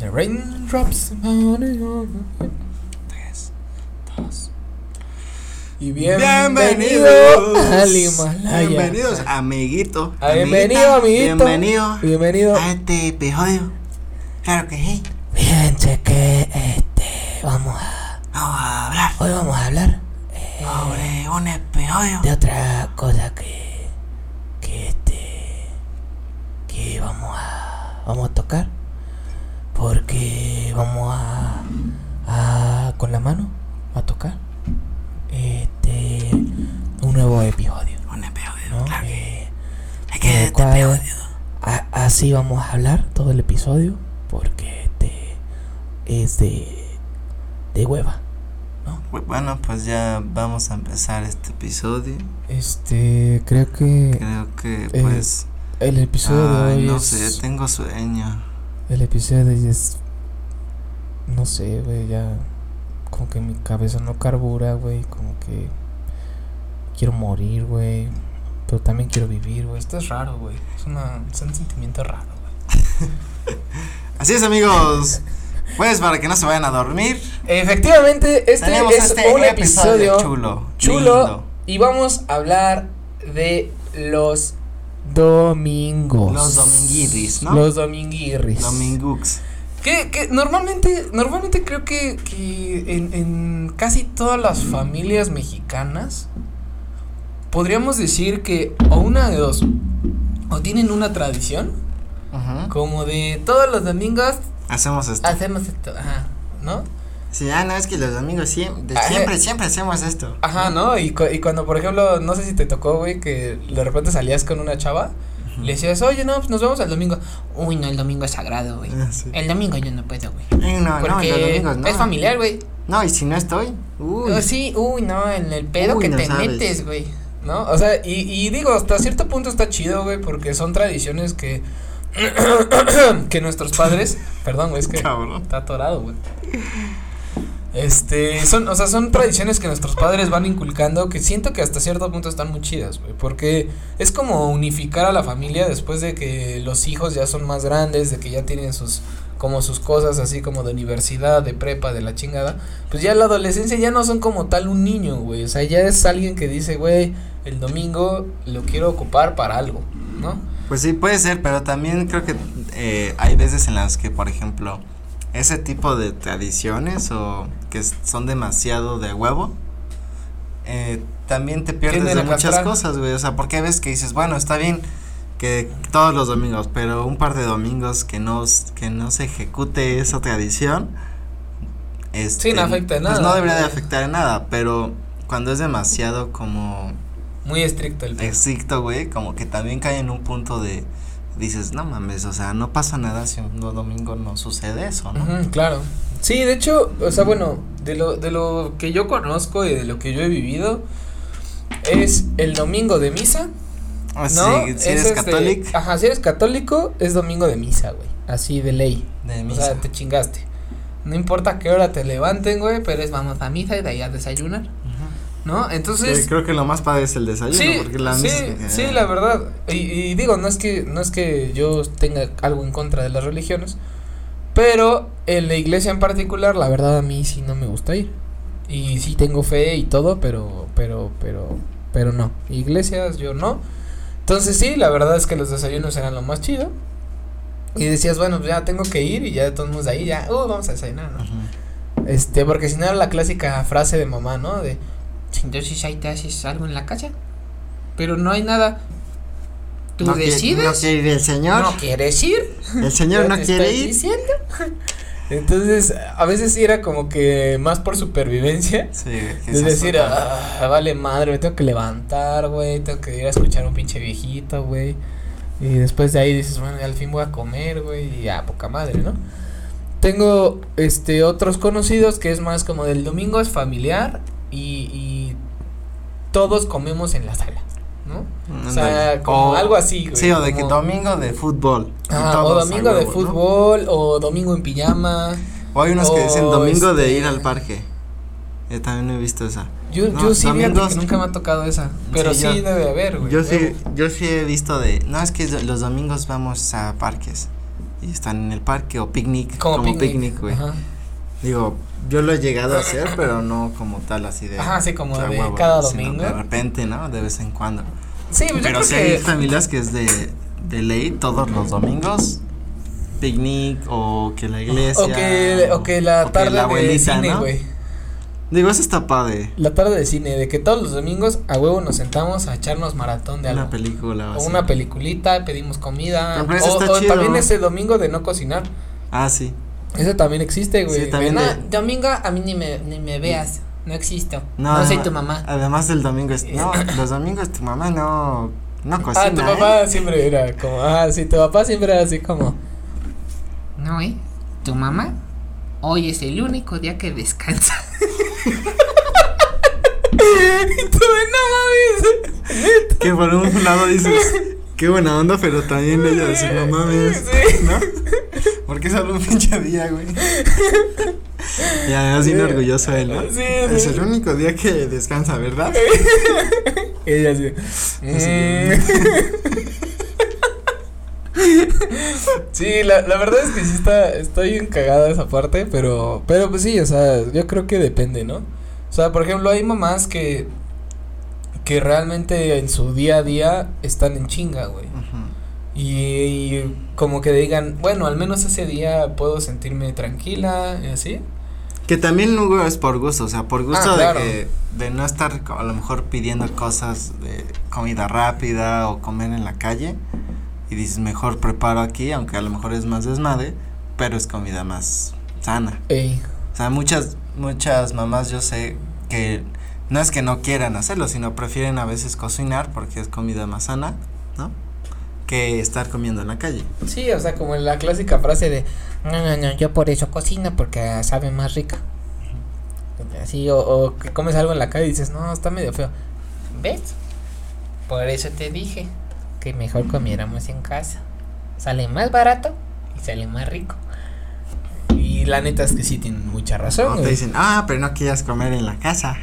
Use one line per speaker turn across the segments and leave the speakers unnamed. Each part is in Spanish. The raindrops money on-
Tres, dos.
Y
Bienvenidos
al Himalaya.
Bienvenidos, amiguitos.
Ah, bienvenido, amiguito.
Bienvenido
Bienvenido.
a este episodio. Claro que sí.
Fíjense que este vamos a
Vamos a hablar
hoy vamos a hablar eh,
sobre un episodio.
de otra cosa que que este que vamos a vamos a tocar porque vamos a, a con la mano a tocar este un nuevo episodio,
Un episodio,
¿no?
claro.
Eh,
Es que este
cuál-
episodio.
A- así vamos a hablar todo el episodio porque este es de de hueva.
Bueno, pues ya vamos a empezar este episodio.
Este, creo que
Creo que
Eh,
pues.
el episodio de
ay,
hoy
no
es
sé, tengo sueño.
el episodio de hoy es no sé, güey, ya como que mi cabeza no carbura, güey, como que quiero morir, güey, pero también quiero vivir, güey. Esto es raro, güey. Es una es un sentimiento raro, güey.
Así es, amigos. Pues para que no se vayan a dormir.
Efectivamente, este
tenemos
es
este
un episodio
chulo.
chulo
lindo.
y vamos a hablar de los domingos.
Los dominguirris, ¿no?
Los dominguirris.
Domingux.
Que, que normalmente, normalmente creo que, que en, en casi todas las familias mexicanas podríamos decir que o una de dos, o tienen una tradición
Ujú.
como de todos los domingos
Hacemos esto.
hacemos esto, ajá, ¿no?
Sí, ah, no, es que los domingos siempre,
Ajá.
siempre, siempre hacemos esto.
Ah, eh, Ajá, ¿no? Y, cu- y cuando, por ejemplo, no sé si te tocó, güey, que de repente salías con una chava, le decías, oye, no, pues nos vemos el domingo. Uy, no, el domingo es sagrado, güey.
Ah, sí.
El domingo yo no puedo, güey.
Ay, Ah, no, no, los
Eh, Porque
domingos no.
es familiar, güey.
No, y si no estoy. Uy.
Oh, sí, uy, no, en el pedo
Uy,
que
no
te
sabes.
metes, güey. ¿No? O sea, y, y digo, hasta cierto punto está chido, güey, porque son tradiciones que. que nuestros padres. perdón, güey, es que.
Cabrón.
Está atorado, güey. Este, son, o sea, son tradiciones que nuestros padres van inculcando que siento que hasta cierto punto están muy chidas, güey, porque es como unificar a la familia después de que los hijos ya son más grandes, de que ya tienen sus como sus cosas así como de universidad, de prepa, de la chingada, pues ya la adolescencia ya no son como tal un niño, güey, o sea, ya es alguien que dice, güey, el domingo lo quiero ocupar para algo, ¿no?
Pues sí, puede ser, pero también creo que eh, hay veces en las que, por ejemplo, ese tipo de tradiciones o que s- son demasiado de huevo, eh, también te pierdes
Tienden
de
a
muchas
castrar.
cosas, güey. O sea, porque hay veces que dices, bueno, está bien que todos los domingos, pero un par de domingos que no, s- que no se ejecute esa tradición. este,
no afecta en
Pues
nada,
no debería de
güey.
afectar en nada, pero cuando es demasiado como
Muy estricto el pedo.
estricto, güey, como que también cae en un punto de dices, no mames, o sea, no pasa nada si un do- domingo no sucede eso, ¿no?
Ujú, claro. Sí, de hecho, o sea, bueno, de lo, de lo que yo conozco y de lo que yo he vivido, es el domingo de misa,
Ah,
¿no?
si, si
Es
eres
este-
católico,
Ajá, si eres católico, es domingo de misa, güey. Así de ley.
de
O
misa.
sea, te chingaste. No importa qué hora te levanten, güey, pero es vamos a misa y de ahí a desayunar,
Ujú.
¿no? Entonces.
Que creo que lo más padre es el desayuno,
Sí,
porque la
sí,
misa es-
sí, la verdad. Y, y digo, no es que no es que yo tenga algo en contra de las religiones, pero en la iglesia en particular, la verdad a mí sí no me gusta ir. Y sí tengo fe y todo, pero pero pero pero no. Iglesias yo no. Entonces sí, la verdad es que los desayunos eran lo más chido. Y decías, bueno, pues ya tengo que ir y ya tomamos de ahí, ya, uh, vamos a desayunar, ¿no?
Ujú.
Este, porque si no era la clásica frase de mamá, ¿no? De, entonces ahí te haces algo en la casa, pero no hay nada. Tú
No quiere- no
decides,
quiere ir el señor.
no quieres ir,
el señor
yo
no
te
quiere
estoy
ir.
diciendo. Entonces, a veces sí era como que más por supervivencia.
Sí, güey, que
Es
seas
decir,
otra.
"Ah, vale madre, me tengo que levantar, güey, tengo que ir a escuchar a un pinche viejito, güey. Y después de ahí dices, bueno, al fin voy a comer, güey, y a poca madre, ¿no? Tengo, este, otros conocidos que es más como del domingo es familiar y, y todos comemos en la sala, ¿no? O sea,
Ándale.
como
O-
algo así, güey.
Sí, o de que
como-
domingo de fútbol. y
Ajá, o
Ah, todos a
domingo de
huevo, ¿no?
fútbol, o domingo en pijama.
O hay unos que dicen
o
domingo de
este-
ir al parque. Yo también he visto esa.
Yo,
No,
yo sí, fíjate que
domingos-
nunca me ha tocado esa, pero
Sí,
sí,
yo-
debe haber, güey.
Yo
huevo.
sí, yo sí he visto de, no es que los domingos vamos a parques. y están en el parque o picnic,
Como,
como, picnic, güey.
Ajá.
Digo, yo lo he llegado a hacer, pero no como tal así de.
Ajá, sí, como
a
de cada
sino
domingo.
De repente, ¿no? De vez en cuando.
Sí, pues yo
pero
creo
sí hay
que.
familias que es de, de ley todos los domingos. Picnic o que la iglesia.
O que, o que la
o que
tarde de
abuelita,
cine,
¿no?
güey.
Digo, eso está padre.
La tarde de cine, de que todos los domingos a huevo nos sentamos a echarnos maratón de
Una
algo.
película. o
o
así.
una peliculita, pedimos comida.
Ah, Pero eso
O,
está
o
chido.
también ese domingo de no cocinar.
Ah, sí.
Ese también existe, güey.
Sí, también
Ven
de-
a- Domingo a mí ni me, ni me veas. No existo.
No,
No, soy
además-
tu mamá. Eh.
Además del domingo es, no, los domingos tu mamá no no cocina.
Ah, tu
¿eh?
papá siempre era como, ah, sí, tu papá siempre era así como.
No, ¿eh? ¿Tu mamá? Hoy es el único día que descansa.
Y tú, no mames.
Que por un lado dices, qué buena onda, pero también ella dice, no mames,
Sí.
¿no? Porque solo un pinche día, güey. Y además bien
Sí.
orgulloso él, ¿no?
Sí, sí.
Es el único día que descansa, ¿verdad?
Ella así.
Ese-
mm. Sí, la, la verdad es que sí está, está bien cagada esa parte, pero, pero pues sí, o sea, yo creo que depende, ¿no? O sea, por ejemplo, hay mamás que, que realmente en su día a día están en chinga, güey.
Ujú.
Y, y como que digan, bueno, al menos ese día puedo sentirme tranquila y así.
Que también luego es por gusto, o sea, por gusto
Ah, claro.
de que de no estar co- a lo mejor pidiendo cosas de comida rápida o comer en la calle y dices, mejor preparo aquí, aunque a lo mejor es más desmadre, pero es comida más sana.
Ey,
O sea, muchas, muchas mamás yo sé que no es que no quieran hacerlo, sino prefieren a veces cocinar porque es comida más sana, ¿no? Que estar comiendo en la calle.
Sí, o sea, como la clásica frase de,
No, no, no, yo por eso cocino, porque sabe más rica.
así, o, o que comes algo en la calle y dices, no, está medio feo.
¿Ves? Por eso te dije que mejor comiéramos en casa. Sale más barato y sale más rico.
Y la neta es que sí tienen mucha razón.
O te
güey.
dicen, ah, pero no quieras comer en la casa.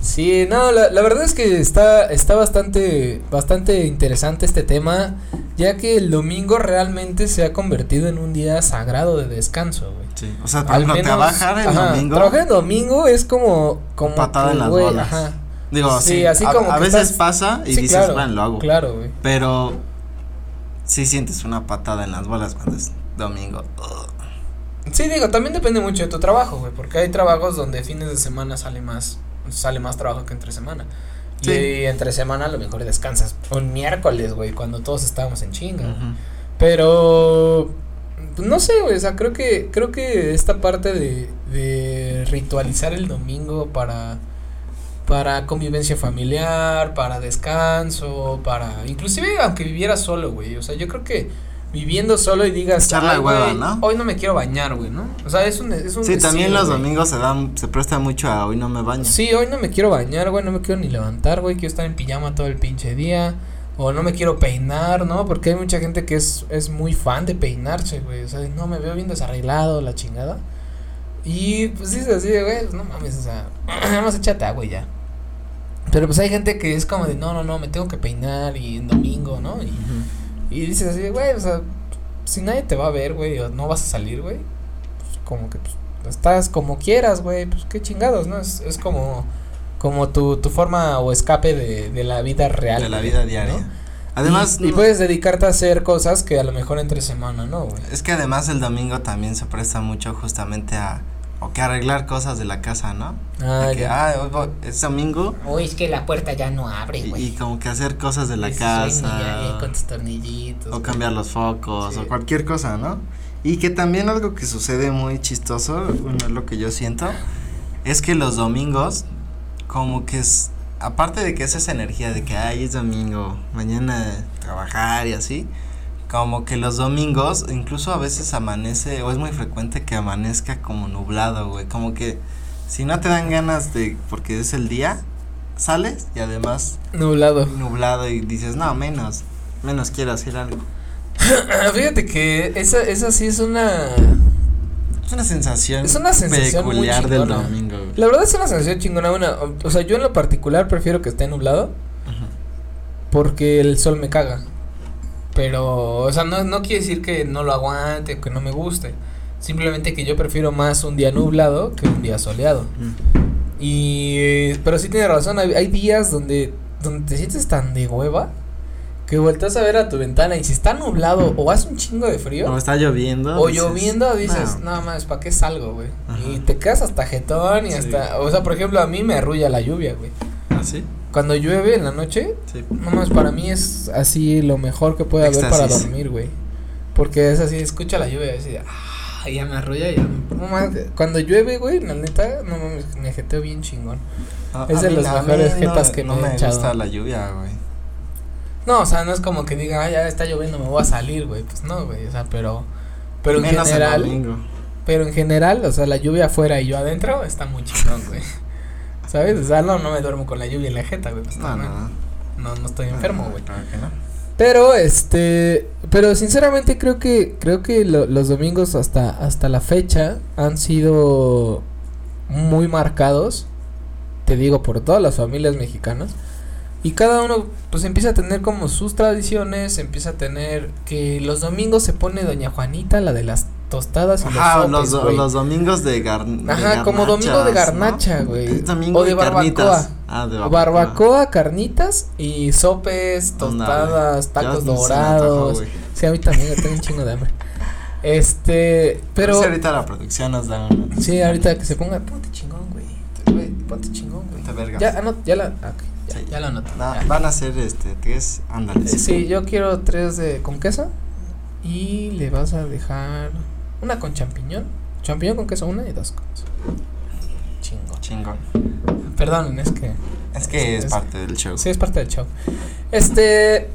Sí, no, la, la verdad es que está, está bastante, bastante interesante este tema, ya que el domingo realmente se ha convertido en un día sagrado de descanso, güey.
Sí. O sea, por
Al
ejemplo,
menos-
trabajar el
ajá,
domingo.
Trabajar el domingo es como, como
Patada en
que,
las
güey,
bolas.
ajá.
Digo,
Sí,
sí,
así
a,
como
a
que
veces
estás-
pasa y
Sí,
dices,
claro,
bueno, lo hago.
Claro, güey.
Pero sí sientes una patada en las bolas cuando es domingo. Ugh.
Sí, digo, también depende mucho de tu trabajo, güey, porque hay trabajos donde fines de semana sale más, sale más trabajo que entre semana.
Sí.
Y entre semana a lo mejor descansas un miércoles, güey, cuando todos estábamos en chinga. güey.
Ujú.
Pero no sé, güey, o sea, creo que creo que esta parte de, de ritualizar el domingo para para convivencia familiar, para descanso, para inclusive aunque viviera solo, güey, o sea, yo creo que viviendo solo y digas,
Echar la
"Ay, güey,
hueva, ¿no?
hoy no me quiero bañar, güey, ¿no? O sea, es un es un
Sí,
decir,
también los
güey.
domingos se dan, se presta mucho a hoy no me baño.
Sí, hoy no me quiero bañar, güey, no me quiero ni levantar, güey, quiero estar en pijama todo el pinche día. O no me quiero peinar, ¿no? Porque hay mucha gente que es, es muy fan de peinarse, güey. O sea, no me veo bien desarreglado, la chingada. Y pues dices así, de, güey, no mames, o sea, nada más échate agua y ya. Pero pues hay gente que es como de, no, no, no, me tengo que peinar y en domingo, ¿no? Y,
Ujú.
y dices así, de, güey, o sea, si nadie te va a ver, güey, o no vas a salir, güey, pues como que pues, estás como quieras, güey, pues qué chingados, ¿no? Es, es como, como tu, tu forma o escape de, de la vida real.
de la
güey,
vida
¿no?
diaria. Además,
y, y
no-
puedes dedicarte a hacer cosas que a lo mejor entre semana, ¿no, güey?
es que además el domingo también se presta mucho justamente a o que arreglar cosas de la casa, ¿no? A
Ah,
que,
ya.
ah, hoy voy- es domingo
Uy, Oh, es que la puerta ya no abre,
y,
güey.
y como que hacer cosas de la
Ese sueño ya,
eh,
casa
ya con tus tornillitos.
o
güey.
cambiar los focos
Sí.
o cualquier cosa, ¿no? Y que también algo que sucede muy chistoso, bueno, es lo que yo siento, es que los domingos como que es aparte de que es esa energía de que ay, es domingo, mañana trabajar y así, como que los domingos incluso a veces amanece o es muy frecuente que amanezca como nublado, güey, como que si no te dan ganas de porque es el día, sales y además
Nublado.
nublado y dices, "No, menos, menos quiero hacer algo."
Fíjate que esa, esa sí es una...
Es una sensación.
Es una sensación muy
peculiar del
chingona.
domingo. güey.
La verdad es una sensación chingona, una, o sea, yo en lo particular prefiero que esté nublado
Ajá.
porque el sol me caga. Pero, o sea, no, no quiere decir que no lo aguante o que no me guste. Simplemente que yo prefiero más un día nublado que un día soleado. Y, eh, pero sí tiene razón, hay, hay días donde, donde te sientes tan de hueva que volteas a ver a tu ventana y si está nublado o hace un chingo de frío
O está lloviendo.
o
dices, Ah.
lloviendo dices,
"No".
no, más, ¿para qué salgo, güey?
Ah, pues Ajá.
Y te quedas hasta jetón y
Sí.
hasta, o sea, por ejemplo, a mí me arrulla la lluvia, güey.
¿Ah, sí?
Cuando llueve en la noche,
Sí.
no más, para mí es así lo mejor que puede haber para
Éxtasis.
dormir, güey. Porque es así, escucha la lluvia, así, ah, ya me arrulla, ya me... No mames, cuando llueve, güey, la neta, no mames, me jeteo bien chingón.
A-
Es
a
de
mí-
los
a mí
mejores
no
jetas
me-
que
no
me he
me
echado.
gusta la lluvia, güey.
No, o sea, no es como que diga, ah, ya está lloviendo, me voy a salir, güey. Pues no, güey, o sea, pero... Pero en
Menos el
general...
domingo.
Pero en general, o sea, la lluvia afuera y yo adentro está muy chingón, güey. ¿Sabes? O sea, no, no me duermo con la lluvia en la jeta, güey. pues,
No,
no,
no.
no, no estoy enfermo, güey.
Claro que no.
Pero, este, pero sinceramente creo que, creo que lo- los domingos hasta, hasta la fecha han sido muy marcados, te digo, por todas las familias mexicanas. Y cada uno, pues, empieza a tener como sus tradiciones, empieza a tener que los domingos se pone Doña Juanita, la de las tostadas y
Ajá,
los
los,
sopes,
do-
güey.
los domingos de, gar, de
Ajá, como domingo de
garnachas,
garnacha,
¿no?
güey.
Es domingo
O de
y carnitas.
barbacoa.
Ah, de
Barbacoa. carnitas y sopes,
Ándale.
tostadas,
Ya
tacos
se me antojó,
dorados.
güey.
sí, a mí también, yo tengo un chingo de hambre. Este,
Pero
pero.
Pues ahorita la producción nos da una.
Sí, ahorita que se ponga. Ponte chingón, güey. Güey, Ponte chingón, güey.
Ponte vergas.
Ya, anot, ya la. ah, ok, ya,
Sí.
ya la anoto.
No,
ya.
van a ser este, tres ándales.
Eh, Sí, yo quiero tres de con queso. Y le vas a dejar una con champiñón. Champiñón con queso, una y dos con queso. Chingo.
Chingón.
Perdón, es que.
Es que
Es-
es, parte del show.
Sí, es parte del show. Este.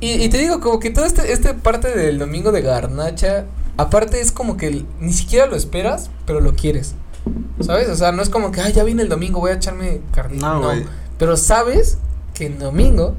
Y, y te digo, como que toda esta este parte del domingo de garnacha, aparte es como que l- ni siquiera lo esperas, pero lo quieres. ¿Sabes? O sea, no es como que, ay, ya viene el domingo, voy a echarme carnita.
No, güey.
Pero sabes que el domingo,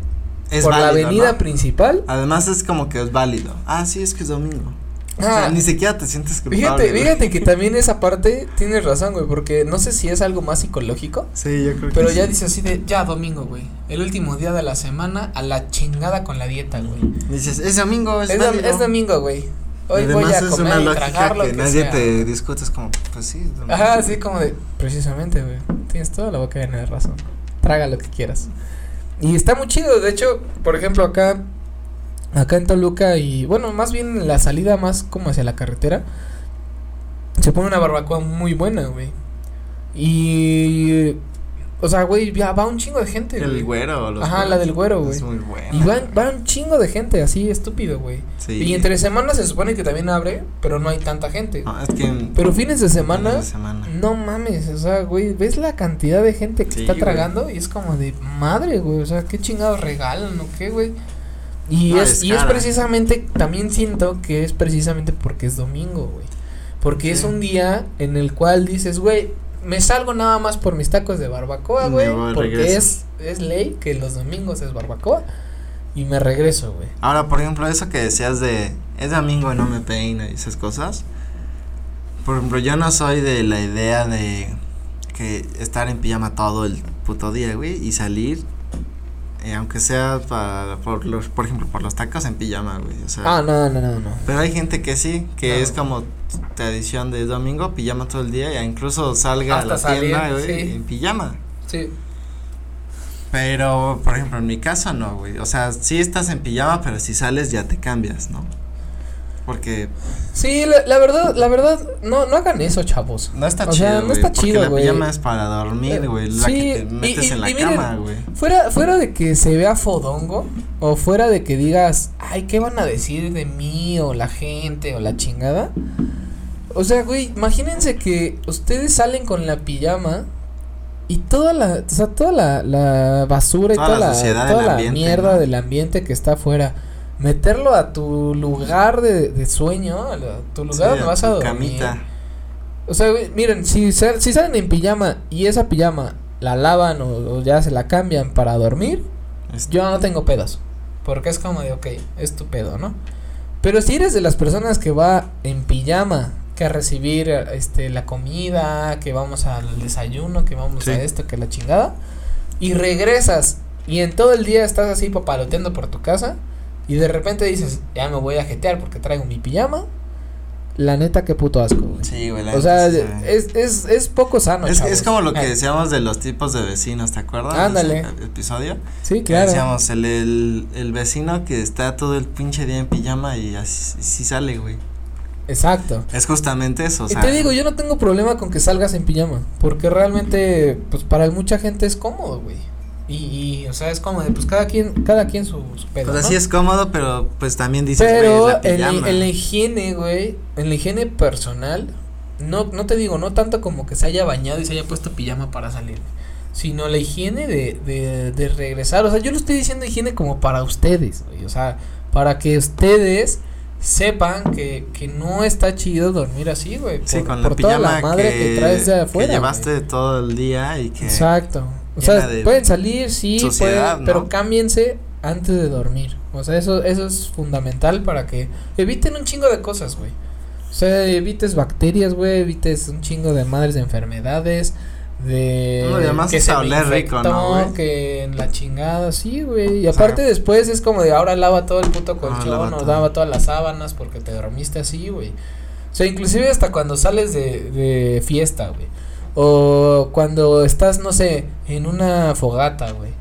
Es
por la
válido,
avenida
¿no?
principal.
Además es como que es válido. Ah, sí, es que es domingo. O sea,
Ah,
ni siquiera te sientes culpable.
fíjate,
güey.
fíjate que también esa parte tienes razón, güey, porque no sé si es algo más psicológico.
Sí, yo creo que
Pero ya
sí.
dice así de, ya domingo, güey. El último día de la semana a la chingada con la dieta, güey.
Dices, es domingo, es,
Es, dom-
válido".
es domingo, güey. Hoy
Y
voy
además
a
es una
comer y
lógica
tragar lo que,
que, nadie
sea.
te discute, es como, pues sí. es domingo.
Ajá, sí, como de. Precisamente, güey. Tienes toda la boca llena de razón. Traga lo que quieras. Y está muy chido. De hecho, por ejemplo, acá. Acá en Toluca y. Bueno, más bien en la salida más como hacia la carretera. Se pone una barbacoa muy buena, güey. Y. O sea, güey, ya va un chingo de gente.
El
güey.
güero. o los
Ajá, la
güeros.
del güero, güey.
Es muy bueno.
Y van, van un chingo de gente, así estúpido, güey.
Sí.
Y entre semanas se supone que también abre, pero no hay tanta gente.
No, es que. en-
Pero fines de semana,
Ah. fines de semana.
no mames, o sea, güey, ves la cantidad de gente que
Sí,
está
güey.
tragando y es como de madre, güey, o sea, qué chingados regalan o qué, güey. Y,
No,
es, y es
descaran.
precisamente, también siento que es precisamente porque es domingo, güey. Porque es
Sí.
un día en el cual dices, güey, me salgo nada más por mis tacos de barbacoa,
Me
güey.
voy,
Porque es,
regreso.
es ley que los domingos es barbacoa. Y me regreso, güey.
Ahora, por ejemplo, eso que decías de es domingo y no me peino y esas cosas. Por ejemplo, yo no soy de la idea de que estar en pijama todo el puto día, güey, y salir, eh, aunque sea para, por, los, por ejemplo, por los tacos en pijama, güey. O sea,
Ah, no, no, no, no.
pero hay gente que sí, que
No.
es como tradición de domingo, pijama todo el día, e incluso salga
Hasta
a la
salir,
tienda, güey,
sí.
en pijama.
Sí.
Pero, por ejemplo, en mi casa no, güey. O sea, sí estás en pijama, pero si sales ya te cambias, ¿no? Porque
Sí, la, la verdad, la verdad, no, no hagan eso, chavos.
no está
O
chido,
sea, no
güey.
está
porque
chido,
la
güey.
pijama es para dormir,
Eh,
güey. La
sí,
que te
y-
metes
y-
en la
y miren,
cama, güey.
Fuera, fuera de que se vea fodongo, o fuera de que digas, ay, ¿qué van a decir de mí, o la gente, o la chingada? O sea, güey, imagínense que ustedes salen con la pijama y toda la, o sea, toda la, la basura y
Toda
toda
la
la,
suciedad
toda
del
la
ambiente,
mierda
¿no?
del ambiente que está afuera, meterlo a tu lugar de, de sueño, a la- tu lugar
Sí,
donde vas a
tu
dormir.
Camita.
O sea, güey, miren, si, sal- si salen en pijama y esa pijama la lavan o, o ya se la cambian para dormir,
Es-
yo no tengo pedos. Porque es como de, ok, es tu pedo, ¿no? Pero si eres de las personas que va en pijama, que a recibir este, la comida, que vamos al desayuno, que vamos
Sí.
a esto, que la chingada, y regresas y en todo el día estás así papaloteando por tu casa, Y de repente dices, ya me voy a jetear porque traigo mi pijama. La neta, qué puto asco, güey.
Sí, güey. la
O sea,
neta sí se ve.
es, es, es poco sano.
Es,
chavos.
es como lo que
Ah,
decíamos de los tipos de vecinos, ¿te acuerdas? de
Ándale.
ese Episodio.
Sí,
Que
claro.
Decíamos, el, el, el vecino que está todo el pinche día en pijama y así, sí sale, güey.
Exacto.
Es justamente eso, o sea.
y te digo, yo no tengo problema con que salgas en pijama. Porque realmente, pues para mucha gente es cómodo, güey. Y, y, o sea, es como de, pues cada quien, cada quien su, su pedo.
Pues así
¿no?
es cómodo, pero pues también dices, güey,
Pero
es
en,
la
la-
pijama.
en la higiene, güey, en la higiene personal, no, no te digo, no tanto como que se haya bañado y se haya puesto pijama para salir, sino la higiene de, de, de regresar. O sea, yo lo estoy diciendo higiene como para ustedes, güey, o sea, para que ustedes sepan que, que no está chido dormir así, güey.
Sí,
por-
con la
por toda
pijama
la madre que, traes de
que
afuera. güey.
llevaste todo el día y que
Exacto. O
llena
sea,
de
pueden salir, sí,
suciedad,
pueden,
¿no?
pero cámbiense antes de dormir. O sea, eso, eso es fundamental para que eviten un chingo de cosas, güey. O sea, evites bacterias, güey, evites un chingo de madres de enfermedades, de
No, y además
que
es a oler rico,
infectó,
¿no, güey?
que en la chingada, sí, güey. Y
O sea, Ah,
aparte después es como de ahora lava todo el puto
lava
colchón o
todo.
lava todas las sábanas porque te dormiste así, güey. O sea, inclusive hasta cuando sales de, de fiesta, güey. O cuando estás, no sé, en una fogata, güey.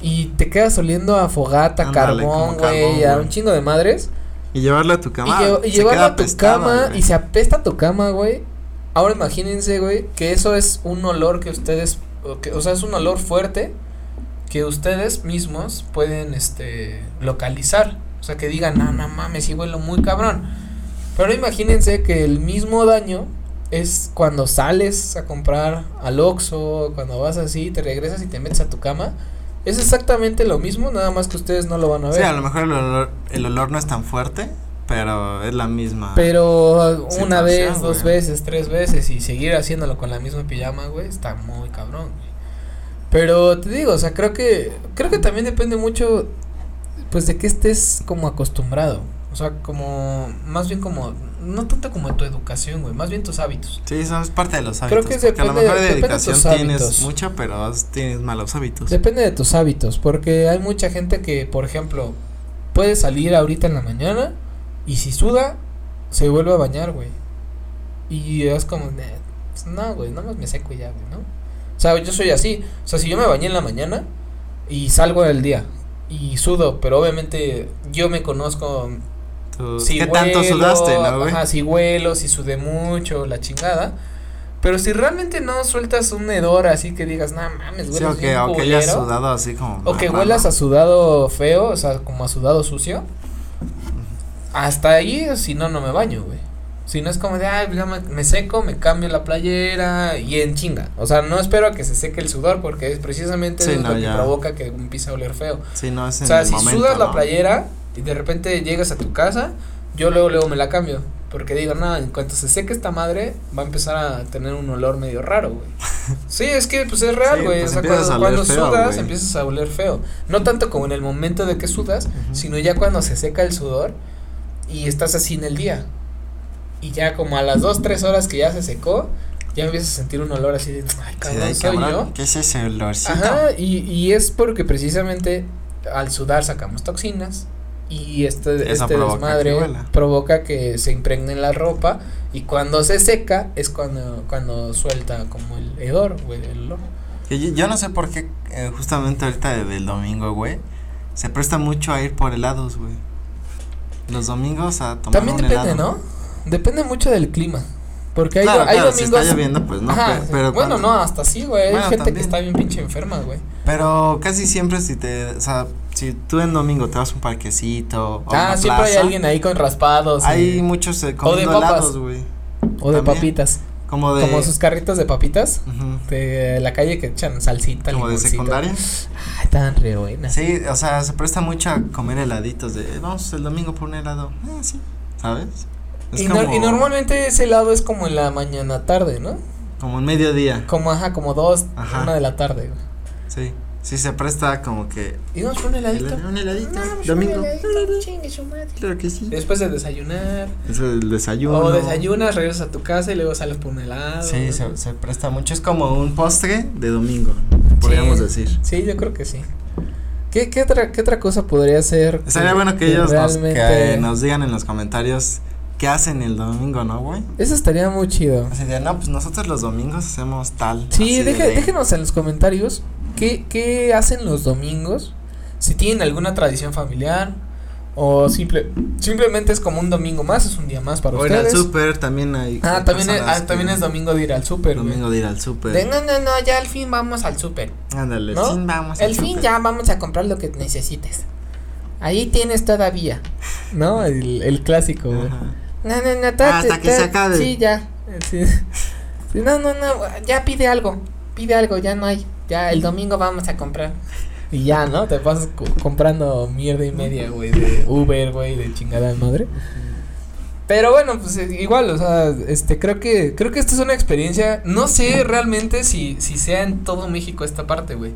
Y te quedas oliendo a fogata,
Ándale,
carbón,
como carbón,
güey, a
güey.
un chingo de madres.
y llevarlo a tu cama.
y lle- y
se
llevarlo
queda
a tu
apestado,
cama
güey.
y se apesta tu cama, güey. Ahora imagínense, güey, que eso es un olor que ustedes, o, que- o sea, es un olor fuerte que ustedes mismos pueden, este, localizar. O sea, que digan, "Ah, no, no mames, sí huelo muy cabrón. Pero imagínense que el mismo daño es cuando sales a comprar al Oxxo, cuando vas así, te regresas y te metes a tu cama. Es exactamente lo mismo, nada más que ustedes no lo van a ver.
Sí, a lo mejor el olor, el olor no es tan fuerte, pero es la misma.
Pero una
Situación,
vez, dos
güey.
veces, tres veces y seguir haciéndolo con la misma pijama, güey, está muy cabrón. güey. Pero te digo, o sea, creo que creo que también depende mucho pues de que estés como acostumbrado, o sea, como más bien como no tanto como tu educación, güey, más bien tus hábitos.
Sí, eso es parte de los
Creo
hábitos.
que
porque a lo
depende-
mejor de
depende de
dedicación
tus hábitos.
tienes mucho, pero has- tienes malos hábitos.
Depende de tus hábitos, porque hay mucha gente que, por ejemplo, puede salir ahorita en la mañana y si suda, se vuelve a bañar, güey. Y es como, "Nah, pues, no, güey, nada más me seco y ya, güey, ¿no? O sea, yo soy así. O sea, si yo me bañé en la mañana y salgo al día y sudo, pero obviamente yo me conozco
Tú-
si
Pues, ¿Qué tanto
huelo,
sudaste, no, güey?
Ajá, si huelo, si sudé mucho, la chingada. Pero si realmente no sueltas un hedor así que digas, no mames,
Sí,
hueles
o que,
bien
o que
culero",
hayas sudado así como.
o que
mal,
huelas
¿no?
a sudado feo, o sea, como a sudado sucio. Hasta ahí, si no, no me baño, güey. Si no es como de, ay, ya me, me seco, me cambio la playera y en chinga. O sea, no espero a que se seque el sudor porque es precisamente
Sí,
eso
no,
lo que
ya.
provoca que empiece a oler feo.
Sí, no, es en
O sea,
el
si
momento,
sudas la
¿no?
playera y de repente llegas a tu casa, yo luego luego me la cambio. Porque digo, nada, en cuanto se seque esta madre, va a empezar a tener un olor medio raro, güey. Sí, es que pues es real,
Sí,
güey.
pues,
o sea,
empiezas
cuando,
a oler
cuando
feo,
sudas
güey.
empiezas a oler feo. No tanto como en el momento de que sudas,
Ujú.
sino ya cuando se seca el sudor y estás así en el día. Y ya como a las 2, 3 horas que ya se secó, ya empiezas a sentir un olor así de, ay,
Sí,
cabrón,
de,
soy
cabrón,
yo.
¿Qué es ese olorcito?
Ajá, y, y es porque precisamente al sudar sacamos toxinas y este,
Eso
este
provoca
desmadre
que huela.
provoca que se impregne en la ropa y cuando se seca es cuando, cuando suelta como el hedor, güey, el olor.
Que yo, yo no sé por qué, eh, justamente ahorita de- del domingo, güey, se presta mucho a ir por helados, güey. Los domingos a tomar
También
un
depende,
helado.
¿no? Depende mucho del clima. Porque hay,
Claro,
do- hay
claro, si
domingos.
está lloviendo, pues no,
Ajá,
pe-
bueno,
pero cuando-
no, hasta sí, güey. Hay
Bueno,
gente que
también.
está bien pinche enferma, güey.
Pero casi siempre si te, o sea, si tú en domingo te vas a un parquecito o a
Ah,
una
siempre hay
plaza,
alguien ahí con raspados. y-
Hay muchos eh, comiendo
papas.
helados, güey.
o de
también,
papitas.
Como de
Como sus carritos de papitas.
Ujú,
de la calle que echan salsita.
como de
limoncito.
secundaria.
Ay, tan re buenas.
Sí, o sea, se presta mucho a comer heladitos de, "Eh, vamos el domingo por un helado. Ah, sí, ¿sabes? Es
y, nor- y normalmente ese helado es como en la mañana tarde, ¿no?
como en mediodía.
Como, ajá, como dos,
Ajá.
una de la tarde. güey.
Sí, sí se presta como que
Y vamos por un heladito.
helad- un heladito
No, pues,
domingo.
un heladito, chingue su madre.
Claro que sí.
Después de desayunar.
Es el desayuno.
O desayunas, regresas a tu casa y luego sales por un helado.
Sí, se, se presta mucho. Es como un postre de domingo, podríamos
Sí.
decir.
Sí, yo creo que sí. ¿Qué, qué, otra, qué otra cosa podría ser?
Estaría bueno que ellos nos, que nos digan en los comentarios qué hacen el domingo, ¿no, güey?
Eso estaría muy chido.
Así de, no, pues nosotros los domingos hacemos tal.
Sí,
así
deje-
de-
déjenos en los comentarios qué, qué hacen los domingos. Si tienen alguna tradición familiar o simple, simplemente es como un domingo más, es un día más para
O ir al
ustedes.
súper, también hay.
Ah,
hay
también es,
personas
ah, también
que-
es domingo de ir al súper, güey.
Domingo pues. de ir al súper.
De, no, no, no, ya al fin vamos al súper.
Ándale, el
¿No?
fin vamos. al
El fin
súper.
ya vamos a comprar lo que necesites.
Ahí tienes todavía. ¿No? El, el clásico, güey.
Ajá.
No, no, no,
Ah, hasta que se acabe.
Sí, ya.
Sí.
Sí, No, no, no, ya pide algo. Pide algo, ya no hay. Ya el domingo vamos a comprar.
Y ya, ¿no? Te pasas co- comprando mierda y media, güey, de Uber, güey, de chingada de madre. Pero bueno, pues eh, igual, o sea, este, creo que, creo que esta es una experiencia, no sé realmente si, si sea en todo México esta parte, güey.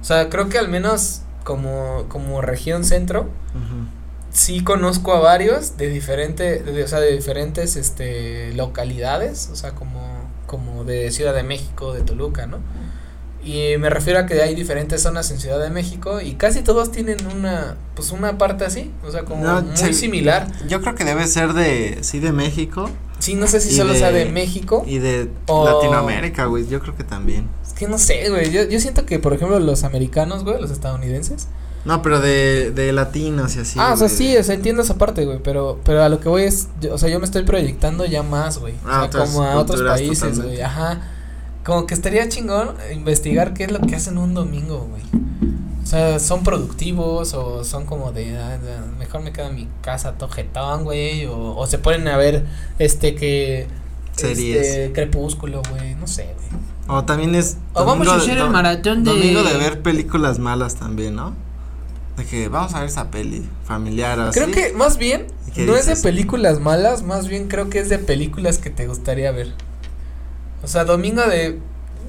O sea, creo que al menos como, como región centro,
Ujú.
sí conozco a varios de diferente, de, o sea, de diferentes, este, localidades, o sea, como, como de Ciudad de México, de Toluca, ¿no? Y me refiero a que hay diferentes zonas en Ciudad de México y casi todos tienen una, pues una parte así, o sea, como
No,
muy
sí.
similar.
Yo creo que debe ser de. Sí, de México
Sí, no sé si
Y
solo sea
de-
de México.
y de
O-
Latinoamérica, güey. Yo creo que también.
Es que no sé, güey. Yo, yo siento que, por ejemplo, los americanos, güey, los estadounidenses.
No, pero de, de latinos y así.
ah, o sea,
güey.
sí, o sea, entiendo esa parte, güey. Pero, pero a lo que voy es, yo- o sea, yo me estoy proyectando ya más, güey.
Ah,
o sea,
otras
como a otros
culturas
países, güey.
totalmente.
Ajá. Como que estaría chingón investigar qué es lo que hacen un domingo, güey. O sea, son productivos o son como de, "Ah, ya, mejor me quedo en mi casa tojetón, güey. O, o se ponen a ver, este, que.
Series.
Este, crepúsculo, güey. No sé, güey.
O también es.
O vamos
domingo
a
de-
hacer el
dom-
maratón de-
Domingo de ver películas malas también, ¿no? De que vamos a ver esa peli familiar o
Creo
así.
que más bien
¿Qué
no es
dices?
de películas malas, más bien creo que es de películas que te gustaría ver. O sea, domingo de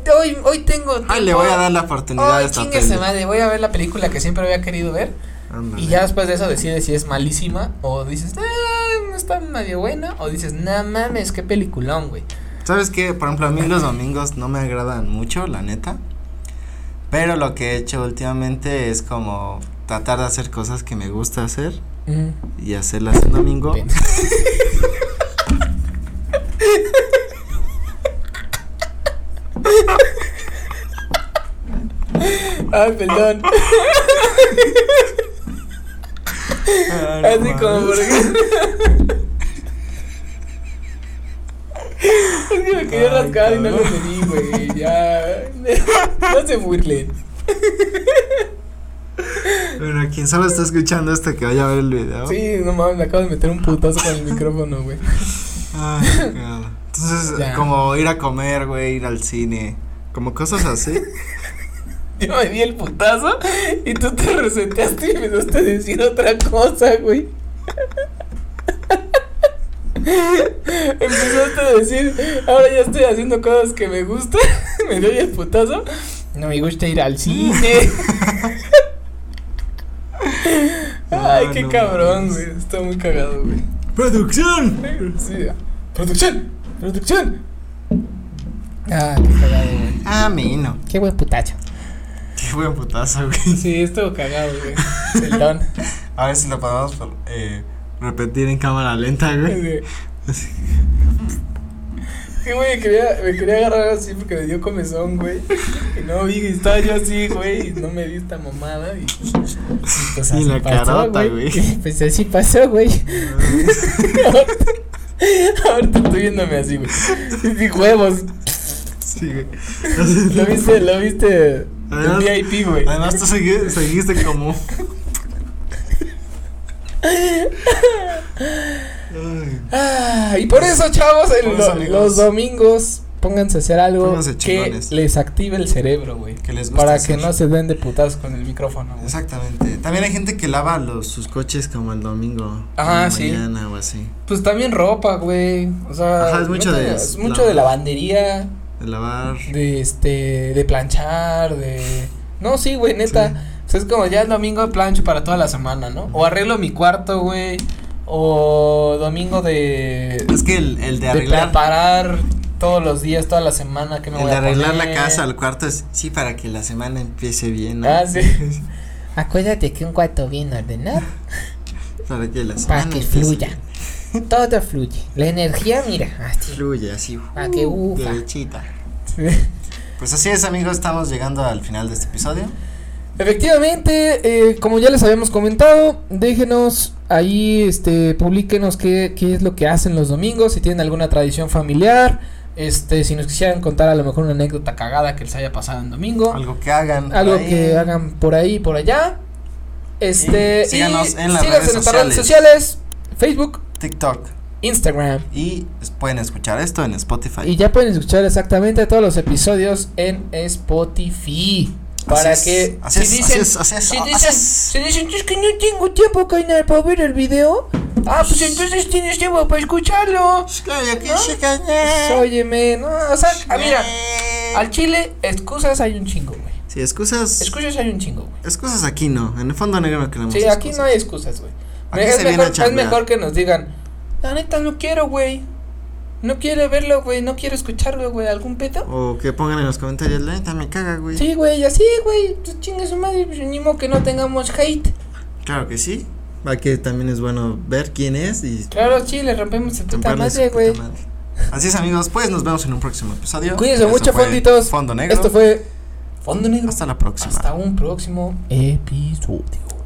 de hoy hoy tengo
Ay, Ah, le
tiempo,
voy a dar la oportunidad a
Hoy
esta
chingue su
peli.
madre, voy a ver la película que siempre había querido ver
Ándale.
y ya después de eso decides si es malísima o dices, "Ah, no está medio buena" o dices, "No mames, qué peliculón, güey."
¿Sabes qué? Por ejemplo, a mí los domingos no me agradan mucho, la neta. Pero lo que he hecho últimamente es como tratar de hacer cosas que me gusta hacer y hacerlas un domingo.
Pen- Ay, perdón.
Ah, no
Así como por
mames.
ejemplo. Es que me quería
Ay,
rascar y no lo
cabrón.
pedí, güey. Ya. No se burlen.
Bueno, quien solo está escuchando este que vaya a ver el video.
Sí, no mames, me acabo de meter un putazo con el micrófono, güey.
Ay, qué cagado. Entonces,
Ya.
como ir a comer, güey, ir al cine, como cosas así.
Yo me di el putazo y tú te reseteaste y me empezaste a decir otra cosa, güey. Empezaste a decir, ahora ya estoy haciendo cosas que me gustan. me doy el putazo. No me gusta ir al cine. Ay,
Ah,
qué
no
cabrón,
mames.
güey. Está muy cagado, güey.
¡Producción!
Sí. Producción, producción. Ah, qué cagado, güey.
A mí no.
Qué buen putacho.
Qué buen putazo, güey.
Sí, estuvo cagado, güey. Perdón.
A ver si lo podemos eh, repetir en cámara lenta, güey.
Sí, güey, me quería, me quería agarrar así porque me dio comezón, güey. Y no vi, y estaba yo así, güey, y no me di esta mamada. Y, y pues
Y
así
la
pasó,
carota, güey.
Pues así pasó, güey. Ahorita- Ahorita estoy viéndome así, güey. Y huevos.
Sí, güey.
Lo viste, lo viste. En
Además-
VIP, güey.
Además, Ah, tú segui- seguiste como. Ay,
Ah, y por eso, chavos, el-
Por eso, amigos.
los domingos pónganse a hacer algo
Pónganse
que
chingones.
les active el cerebro, güey.
que les gusta
Para
hacer.
que no se den de putazos con el micrófono, güey.
Exactamente. También hay gente que lava los, sus coches como el domingo.
Ajá,
en la
sí.
Mañana o así.
Pues también ropa, güey. O sea,
Ajá, es mucho
métanle-
de
es
es-
mucho de lavandería,
De lavar.
de este, de planchar, de No, sí, güey, neta.
Sí.
O sea, es como ya el domingo plancho para toda la semana, ¿no? O arreglo mi cuarto, güey, o domingo de
Es que el, el de
de
arreglar.
preparar todos los días, toda la semana que me
el
voy
de
a
arreglar la
poner.
casa, el cuarto es. Sí, para que la semana empiece bien. ¿no?
Ah, sí.
Acuérdate que un cuarto bien ordenado
Para que las
para
Ah,
manos
que
empiecen-
fluya. Todo fluye. La energía, mira, así.
Fluye así.
Pa' que
uh,
ufa.
derechita. Pues así es, amigos, estamos llegando al final de este episodio.
Efectivamente, eh, como ya les habíamos comentado, déjenos ahí, este, publíquenos qué, qué es lo que hacen los domingos, si tienen alguna tradición familiar, este, si nos quisieran contar a lo mejor una anécdota cagada que les haya pasado en domingo, algo,
Algo que hagan. por ahí.
que hagan por ahí, y por allá, este,
Y síganos en
síganos
las redes
en nuestras redes
sociales.
sociales, Facebook,
TikTok.
Instagram,
Y pues, pueden escuchar esto en Spotify.
y ya pueden escuchar exactamente todos los episodios en Spotify. Para
Así es,
que
así es,
si
así
dicen,
es, Ah, así es,
si
así
dicen,
es.
si dicen, es que no tengo tiempo, Kainar, para ver el video. Ah, pues entonces tienes tiempo para escucharlo.
Claro que
¿No?
sí, cañón.
Óyeme, no, o sea, ah, mira,
Eh.
al chile, excusas hay un chingo, güey.
Sí, excusas.
Excusas hay un chingo, güey.
Excusas aquí no. En el fondo negro no queremos.
Sí, aquí no
excusas.
hay excusas, güey.
Aquí
Es
se viene a
mejor, es
chambear.
mejor que nos digan, la neta no quiero, güey. No quiero verlo, güey, no quiero escucharlo, güey, algún pedo.
O que pongan en los comentarios, la neta me caga, güey.
Sí, güey, así, güey, pues, chingue su madre, pues, ni modo que no tengamos hate.
Claro que sí. Va que también es bueno ver quién es y.
Claro, sí, le rompemos a puta
romperle su
madre,
puta
güey.
madre. Así es, amigos. Pues nos vemos en un próximo episodio.
Cuídense
Esto
mucho,
fue
fonditos.
Fondo negro.
Esto fue Fondo Negro.
Hasta la próxima.
Hasta un próximo episodio.